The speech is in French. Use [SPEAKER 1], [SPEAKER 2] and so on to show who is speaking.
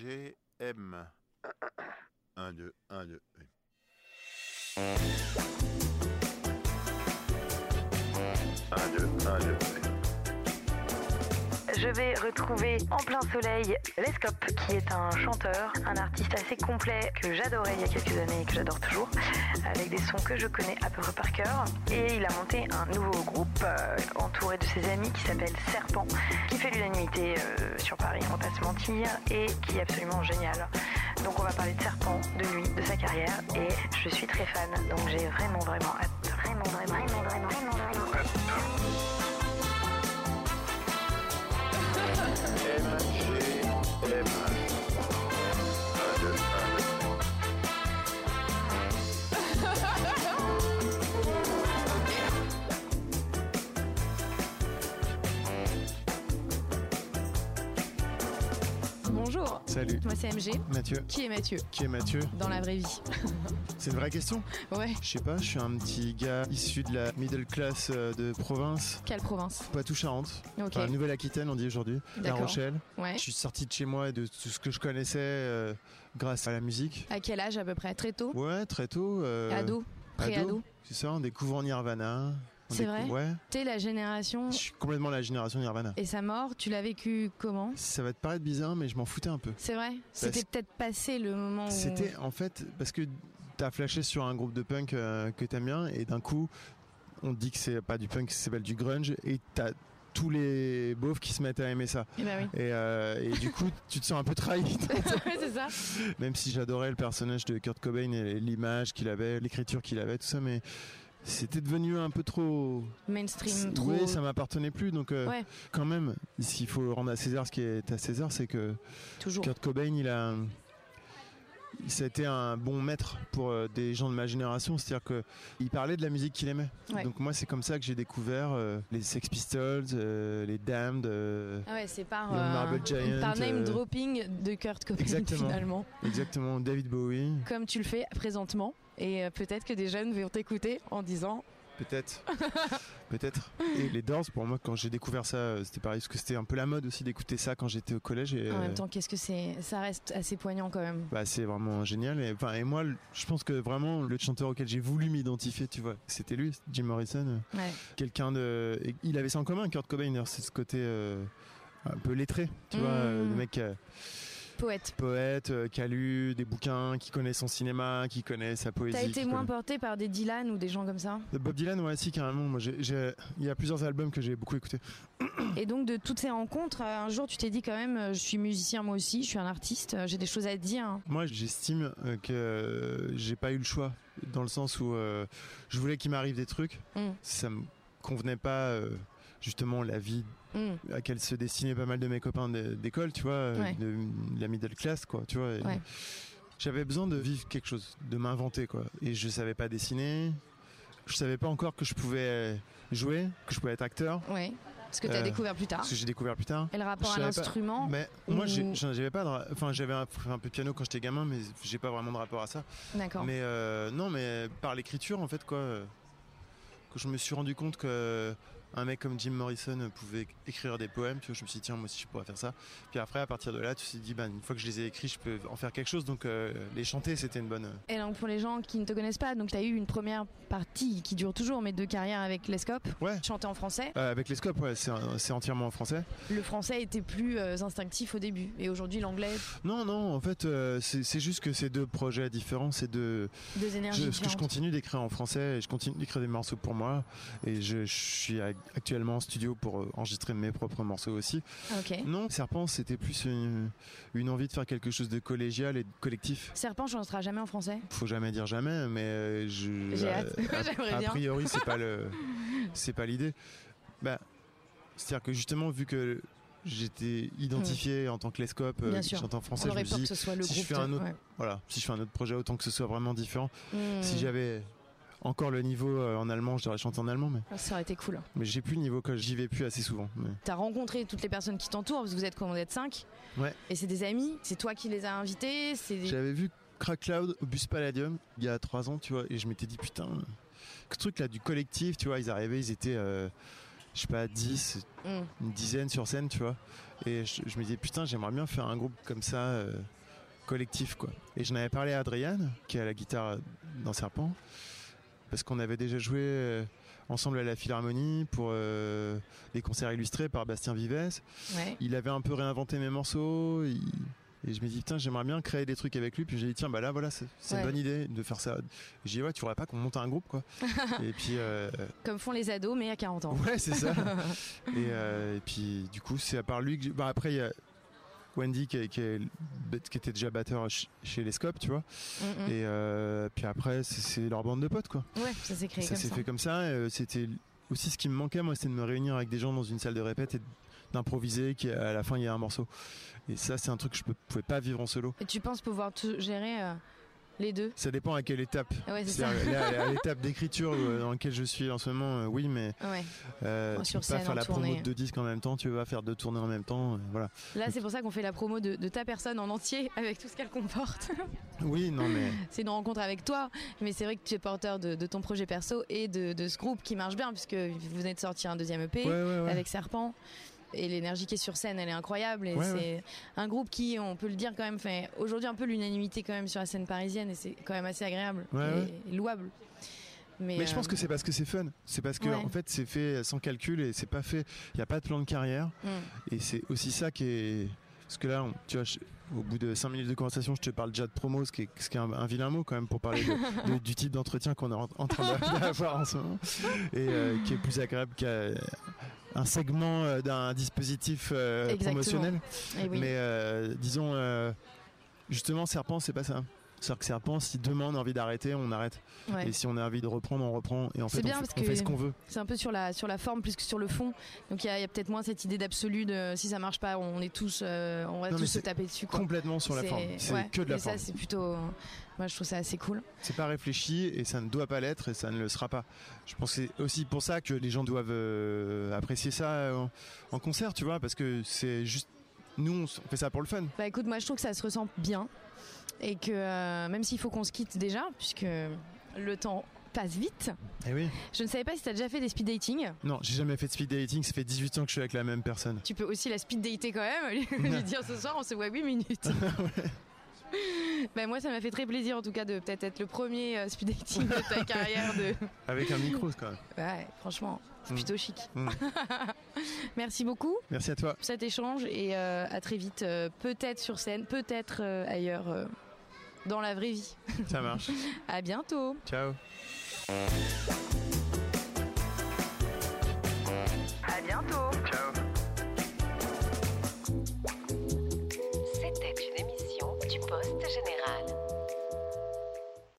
[SPEAKER 1] MGM. 1, 2, 1, 2. Un, deux, un, deux.
[SPEAKER 2] Je vais retrouver en plein soleil Lescope, qui est un chanteur, un artiste assez complet que j'adorais il y a quelques années et que j'adore toujours, avec des sons que je connais à peu près par cœur. Et il a monté un nouveau groupe euh, entouré de ses amis qui s'appelle Serpent, qui fait l'unanimité euh, sur Paris, on va pas se mentir, et qui est absolument génial. Donc on va parler de Serpent, de lui, de sa carrière, et je suis très fan, donc j'ai vraiment vraiment hâte. Vraiment, vraiment, vraiment, vraiment, vraiment, vraiment.
[SPEAKER 1] MGM. 1, 2, 1, 2.
[SPEAKER 3] Bonjour,
[SPEAKER 4] Salut,
[SPEAKER 3] moi c'est MG.
[SPEAKER 4] Mathieu.
[SPEAKER 3] Qui est Mathieu
[SPEAKER 4] Qui est Mathieu
[SPEAKER 3] Dans la vraie vie.
[SPEAKER 4] C'est une vraie question.
[SPEAKER 3] Ouais,
[SPEAKER 4] Je sais pas, je suis un petit gars issu de la middle class euh, de province,
[SPEAKER 3] quelle province
[SPEAKER 4] Poitou-Charentes,
[SPEAKER 3] Ok,
[SPEAKER 4] enfin, Nouvelle-Aquitaine on dit aujourd'hui, La
[SPEAKER 3] D'accord.
[SPEAKER 4] Rochelle.
[SPEAKER 3] ouais.
[SPEAKER 4] Je suis sorti de chez moi et de tout ce que je connaissais euh, grâce à la musique.
[SPEAKER 3] À quel âge à peu près Très tôt
[SPEAKER 4] Ouais, très tôt. euh,
[SPEAKER 3] Ah Ado Pré-ado
[SPEAKER 4] C'est ça, on découvre Nirvana. On
[SPEAKER 3] C'est
[SPEAKER 4] découvre-
[SPEAKER 3] vrai Mm.
[SPEAKER 4] Ouais,
[SPEAKER 3] T'es la génération
[SPEAKER 4] je suis complètement la génération Nirvana.
[SPEAKER 3] et sa mort, tu l'as vécu comment
[SPEAKER 4] Ça va te paraître bizarre, mais je m'en foutais un peu.
[SPEAKER 3] C'est vrai C'était peut-être passé le moment où...
[SPEAKER 4] Bah, C'était en fait parce que t'as flashé sur un groupe de punk euh, que t'aimes bien et d'un coup on te dit que c'est pas du punk, ça s'appelle du grunge et t'as tous les beaufs qui se mettent à aimer ça.
[SPEAKER 3] Eh ben
[SPEAKER 4] Et, euh, et du coup tu te sens un peu trahi.
[SPEAKER 3] oui, Ouais, c'est ça.
[SPEAKER 4] Même si j'adorais le personnage de Kurt Cobain et l'image qu'il avait, l'écriture qu'il avait, tout ça, mais c'était devenu un peu trop.
[SPEAKER 3] Mainstream,
[SPEAKER 4] Oui,
[SPEAKER 3] trop...
[SPEAKER 4] ça m'appartenait plus. Donc euh,
[SPEAKER 3] Ouais.
[SPEAKER 4] quand même, s'il faut rendre à César ce qui est à César, c'est que
[SPEAKER 3] Toujours.
[SPEAKER 4] Kurt Cobain, il a. C'était un bon maître pour euh, des gens de ma génération, c'est-à-dire que il parlait de la musique qu'il aimait.
[SPEAKER 3] Ouais.
[SPEAKER 4] Donc moi, c'est comme ça que j'ai découvert euh, les Sex Pistols, euh, les Damned. euh,
[SPEAKER 3] Ah ouais, c'est par...
[SPEAKER 4] Young
[SPEAKER 3] euh,
[SPEAKER 4] Marble Giant,
[SPEAKER 3] par name
[SPEAKER 4] euh,
[SPEAKER 3] dropping de Kurt Cobain
[SPEAKER 4] Exactement.
[SPEAKER 3] finalement.
[SPEAKER 4] exactement, David Bowie,
[SPEAKER 3] Comme tu le fais présentement. Et euh, peut-être que des jeunes vont t'écouter en disant
[SPEAKER 4] peut-être, peut-être. Et les Doors, pour moi, quand j'ai découvert ça, euh, c'était pareil, parce que c'était un peu la mode aussi d'écouter ça quand j'étais au collège. Et,
[SPEAKER 3] En
[SPEAKER 4] euh,
[SPEAKER 3] même temps, qu'est-ce que c'est Ça reste assez poignant quand même.
[SPEAKER 4] Bah, c'est vraiment génial. Et, enfin, et moi, le- je pense que vraiment, le chanteur auquel j'ai voulu m'identifier, tu vois, c'était lui, Jim Morrison.
[SPEAKER 3] Ouais.
[SPEAKER 4] Quelqu'un de. et Il avait ça en commun, Kurt Cobain, d'ailleurs, c'est ce côté euh, un peu lettré, tu
[SPEAKER 3] Mm.
[SPEAKER 4] vois, euh, le mec euh,
[SPEAKER 3] Poète.
[SPEAKER 4] poète, euh, qui a lu des bouquins, qui connaît son cinéma, qui connaît sa poésie.
[SPEAKER 3] T'as été
[SPEAKER 4] qui
[SPEAKER 3] moins
[SPEAKER 4] connaît-
[SPEAKER 3] porté par des Dylan ou des gens comme ça
[SPEAKER 4] Bob Dylan, ouais, si, carrément. Moi, j'ai- j'ai- Il y a plusieurs albums que j'ai beaucoup écoutés.
[SPEAKER 3] Et donc de toutes ces rencontres, euh, un jour tu t'es dit quand même, euh, je suis musicien moi aussi, je suis un artiste, euh, j'ai des choses à te dire.
[SPEAKER 4] Moi, j'estime euh, que euh, j'ai pas eu le choix, dans le sens où euh, je voulais qu'il m'arrive des trucs.
[SPEAKER 3] Mm.
[SPEAKER 4] Ça me convenait pas, euh, justement, la vie
[SPEAKER 3] Hmm.
[SPEAKER 4] à laquelle se destinaient pas mal de mes copains de- d'école, tu vois, euh,
[SPEAKER 3] Ouais.
[SPEAKER 4] de, de la middle class, quoi, tu vois. Et
[SPEAKER 3] Ouais.
[SPEAKER 4] J'avais besoin de vivre quelque chose, de m'inventer, quoi. Et je savais pas dessiner, je savais pas encore que je pouvais euh, jouer, que je pouvais être acteur,
[SPEAKER 3] Ouais. Ce que t'as
[SPEAKER 4] Euh,
[SPEAKER 3] découvert plus tard.
[SPEAKER 4] ce que j'ai découvert plus tard.
[SPEAKER 3] Et le rapport à
[SPEAKER 4] je savais pas.
[SPEAKER 3] l'instrument.
[SPEAKER 4] Mais
[SPEAKER 3] Ou-
[SPEAKER 4] moi, j'ai- j'en- j'avais pas, de ra- enfin, j'avais un, un peu de piano quand j'étais gamin, mais j'ai pas vraiment de rapport à ça.
[SPEAKER 3] D'accord.
[SPEAKER 4] Mais euh, non, mais par l'écriture, en fait, quoi. euh, Quand je me suis rendu compte que euh, un mec comme Jim Morrison pouvait écrire des poèmes, tu vois, je me suis dit, tiens, moi aussi, je pourrais faire ça. Puis après, à partir de là, tu t'es dit, ben, une fois que je les ai écrits, je peux en faire quelque chose. Donc, euh, les chanter, c'était une bonne. euh.
[SPEAKER 3] Et donc pour les gens qui ne te connaissent pas, donc t'as eu une première partie qui dure toujours, mais de carrière avec Lescope,
[SPEAKER 4] Ouais.
[SPEAKER 3] chanter en français.
[SPEAKER 4] Euh, avec les scopes, ouais, c'est un- c'est entièrement en français.
[SPEAKER 3] Le français était plus euh, instinctif au début, et aujourd'hui l'anglais,
[SPEAKER 4] Non, non, en fait, euh, c'est c'est juste que c'est deux projets différents, c'est deux.
[SPEAKER 3] deux énergies
[SPEAKER 4] Je, parce que je
[SPEAKER 3] différentes.
[SPEAKER 4] continue d'écrire en français et je continue d'écrire des morceaux pour moi. Et je, je suis ac- actuellement en studio pour euh, enregistrer mes propres morceaux aussi.
[SPEAKER 3] Ok.
[SPEAKER 4] Non, Serpent, c'était plus une, une envie de faire quelque chose de collégial et de collectif.
[SPEAKER 3] Serpent, je ne serai jamais en français.
[SPEAKER 4] Faut jamais dire jamais, mais euh, je.
[SPEAKER 3] J'ai
[SPEAKER 4] euh,
[SPEAKER 3] hâte. J'aimerais
[SPEAKER 4] A
[SPEAKER 3] bien.
[SPEAKER 4] priori, c'est pas le, c'est pas l'idée. Bah, c'est-à-dire que justement, vu que j'étais identifié en tant que lescope,
[SPEAKER 3] Hmm. Bien
[SPEAKER 4] euh,
[SPEAKER 3] sûr.
[SPEAKER 4] chanteur français,
[SPEAKER 3] On
[SPEAKER 4] je me
[SPEAKER 3] aurait peur
[SPEAKER 4] dis,
[SPEAKER 3] que ce soit le
[SPEAKER 4] si je
[SPEAKER 3] groupe.
[SPEAKER 4] fais
[SPEAKER 3] de-
[SPEAKER 4] un autre-
[SPEAKER 3] ouais.
[SPEAKER 4] voilà, si je fais un autre projet, autant que ce soit vraiment différent.
[SPEAKER 3] Hmm.
[SPEAKER 4] Si j'avais encore le niveau euh, en allemand, je devrais chanter en allemand, mais,
[SPEAKER 3] Ça aurait été cool.
[SPEAKER 4] mais j'ai plus le niveau que j'y vais plus assez souvent. mais-
[SPEAKER 3] T'as rencontré toutes les personnes qui t'entourent, parce que vous êtes commandé de 5.
[SPEAKER 4] Ouais.
[SPEAKER 3] Et c'est des amis, c'est toi qui les as invités, c'est des...
[SPEAKER 4] J'avais vu Crack Cloud au Bus Palladium il y a trois ans, tu vois, et je m'étais dit putain, ce truc là du collectif, tu vois, ils arrivaient, ils étaient, euh, je sais pas, 10,
[SPEAKER 3] Mm.
[SPEAKER 4] une dizaine sur scène, tu vois, Et je, je me disais, putain, j'aimerais bien faire un groupe comme ça, euh, collectif, quoi. Et j'en avais parlé à Adrian, qui a la guitare dans Serpent, parce qu'on avait déjà joué euh, ensemble à la Philharmonie pour euh, des concerts illustrés par Bastien Vives.
[SPEAKER 3] Ouais.
[SPEAKER 4] Il avait un peu réinventé mes morceaux. il- Et je me dis, putain, j'aimerais bien créer des trucs avec lui. Puis j'ai dit, tiens, bah là, voilà, c'est c'est
[SPEAKER 3] Ouais.
[SPEAKER 4] une bonne idée de faire ça. J'ai dit, ouais, tu voudrais pas qu'on monte un groupe, quoi. et puis, euh,
[SPEAKER 3] Comme font les ados, mais à 40 ans.
[SPEAKER 4] Ouais, c'est ça. et, euh, et puis, du coup, c'est à part lui que. j'ai- Bah, après, il y a Wendy qui, est- qui est- qui était déjà batteur ch- chez les Scopes, tu vois.
[SPEAKER 3] Mm, mm.
[SPEAKER 4] Et euh, puis après, c'est- c'est leur bande de potes, quoi.
[SPEAKER 3] Ouais, ça s'est créé
[SPEAKER 4] ça
[SPEAKER 3] comme
[SPEAKER 4] s'est
[SPEAKER 3] ça.
[SPEAKER 4] fait comme ça. euh, C'était aussi ce qui me manquait, moi, c'était de me réunir avec des gens dans une salle de répète et d'improviser. qui- À la fin, il y a un morceau. Et ça, c'est un truc que je peux- pouvais pas vivre en solo.
[SPEAKER 3] Et tu penses pouvoir tout gérer euh, les deux
[SPEAKER 4] Ça dépend à quelle étape.
[SPEAKER 3] Ah Ouais, c'est ça.
[SPEAKER 4] C'est-à-dire, là, à l'étape d'écriture euh, dans laquelle je suis en ce moment, euh, oui, mais
[SPEAKER 3] Ouais.
[SPEAKER 4] euh,
[SPEAKER 3] Oh,
[SPEAKER 4] tu
[SPEAKER 3] sur
[SPEAKER 4] peux pas
[SPEAKER 3] scène, en
[SPEAKER 4] faire la promo
[SPEAKER 3] tournée.
[SPEAKER 4] de deux disques en même temps, tu vas faire deux tournées en même temps, euh, voilà.
[SPEAKER 3] Là, c'est pour ça qu'on fait la promo de, de ta personne en entier avec tout ce qu'elle comporte.
[SPEAKER 4] Oui, non, mais
[SPEAKER 3] c'est une rencontre avec toi, mais c'est vrai que tu es porteur de, de ton projet perso et de, de ce groupe qui marche bien, puisque vous venez de sortir un deuxième E EP
[SPEAKER 4] ouais, ouais, ouais.
[SPEAKER 3] avec Serpent. Et l'énergie qui est sur scène, elle est incroyable. Et
[SPEAKER 4] Ouais,
[SPEAKER 3] c'est un groupe qui, on peut le dire quand même, fait aujourd'hui un peu l'unanimité quand même sur la scène parisienne. Et c'est quand même assez agréable
[SPEAKER 4] Ouais,
[SPEAKER 3] et,
[SPEAKER 4] ouais.
[SPEAKER 3] et louable. Mais,
[SPEAKER 4] Mais je pense
[SPEAKER 3] euh,
[SPEAKER 4] que c'est parce que c'est fun. C'est parce que
[SPEAKER 3] Ouais.
[SPEAKER 4] en fait, c'est fait sans calcul et c'est pas fait. Il n'y a pas de plan de carrière.
[SPEAKER 3] mm.
[SPEAKER 4] Et c'est aussi ça qui est. Parce que là, on- tu vois, je- au bout de 5 minutes de conversation, je te parle déjà de promo, ce qui est, ce qui est un, un vilain mot quand même pour parler de- de- du type d'entretien qu'on est en, en train d'a- d'avoir en ce moment. Et euh, qui est plus agréable qu'un un segment euh, d'un dispositif euh,
[SPEAKER 3] Exactement.
[SPEAKER 4] promotionnel.
[SPEAKER 3] Eh oui.
[SPEAKER 4] Mais euh, disons, euh, justement, Serpent, c'est pas ça. C'est-à-dire que Serpent, si demain on a envie d'arrêter, on arrête.
[SPEAKER 3] Ouais.
[SPEAKER 4] Et si on a envie de reprendre, on reprend. Et en
[SPEAKER 3] C'est
[SPEAKER 4] fait, on
[SPEAKER 3] bien
[SPEAKER 4] fait-
[SPEAKER 3] parce
[SPEAKER 4] on,
[SPEAKER 3] que-
[SPEAKER 4] fait ce qu'on veut.
[SPEAKER 3] C'est un peu sur la, sur la forme plus que sur le fond. Donc il y a, il y a peut-être moins cette idée d'absolu de si ça marche pas, on est tous, euh, on va
[SPEAKER 4] Non,
[SPEAKER 3] tous
[SPEAKER 4] mais
[SPEAKER 3] se
[SPEAKER 4] c'est
[SPEAKER 3] taper dessus. Quoi.
[SPEAKER 4] Complètement sur la
[SPEAKER 3] C'est-
[SPEAKER 4] forme. C'est
[SPEAKER 3] ouais.
[SPEAKER 4] que de la
[SPEAKER 3] et
[SPEAKER 4] forme.
[SPEAKER 3] ça, c'est plutôt. Moi, je trouve ça assez cool.
[SPEAKER 4] C'est pas réfléchi et ça ne doit pas l'être et ça ne le sera pas. Je pense que c'est aussi pour ça que les gens doivent euh, apprécier ça euh, en, en concert, tu vois, parce que c'est juste. Nous, on s- on fait ça pour le fun.
[SPEAKER 3] Bah écoute, moi, je trouve que ça se ressent bien. Et que euh, même s'il faut qu'on se quitte déjà, puisque le temps passe vite.
[SPEAKER 4] Et Eh oui.
[SPEAKER 3] Je ne savais pas si tu as déjà fait des speed dating.
[SPEAKER 4] Non, j'ai jamais fait de speed dating, ça fait 18 ans que je suis avec la même personne.
[SPEAKER 3] Tu peux aussi la speed dater quand même, lui, lui dire ce soir on se voit 8 minutes. Bah, moi ça m'a fait très plaisir en tout cas de peut-être être le premier euh, speed dating de ta carrière de,
[SPEAKER 4] Avec un micro, quand même.
[SPEAKER 3] Ouais, franchement, c'est
[SPEAKER 4] Mm.
[SPEAKER 3] plutôt chic.
[SPEAKER 4] Mm.
[SPEAKER 3] Merci beaucoup
[SPEAKER 4] Merci à toi.
[SPEAKER 3] pour cet échange et euh, à très vite, euh, peut-être sur scène, peut-être euh, ailleurs euh, dans la vraie vie.
[SPEAKER 4] Ça marche.
[SPEAKER 3] À bientôt.
[SPEAKER 4] Ciao.
[SPEAKER 2] À bientôt.
[SPEAKER 5] C'était une émission du Poste Général.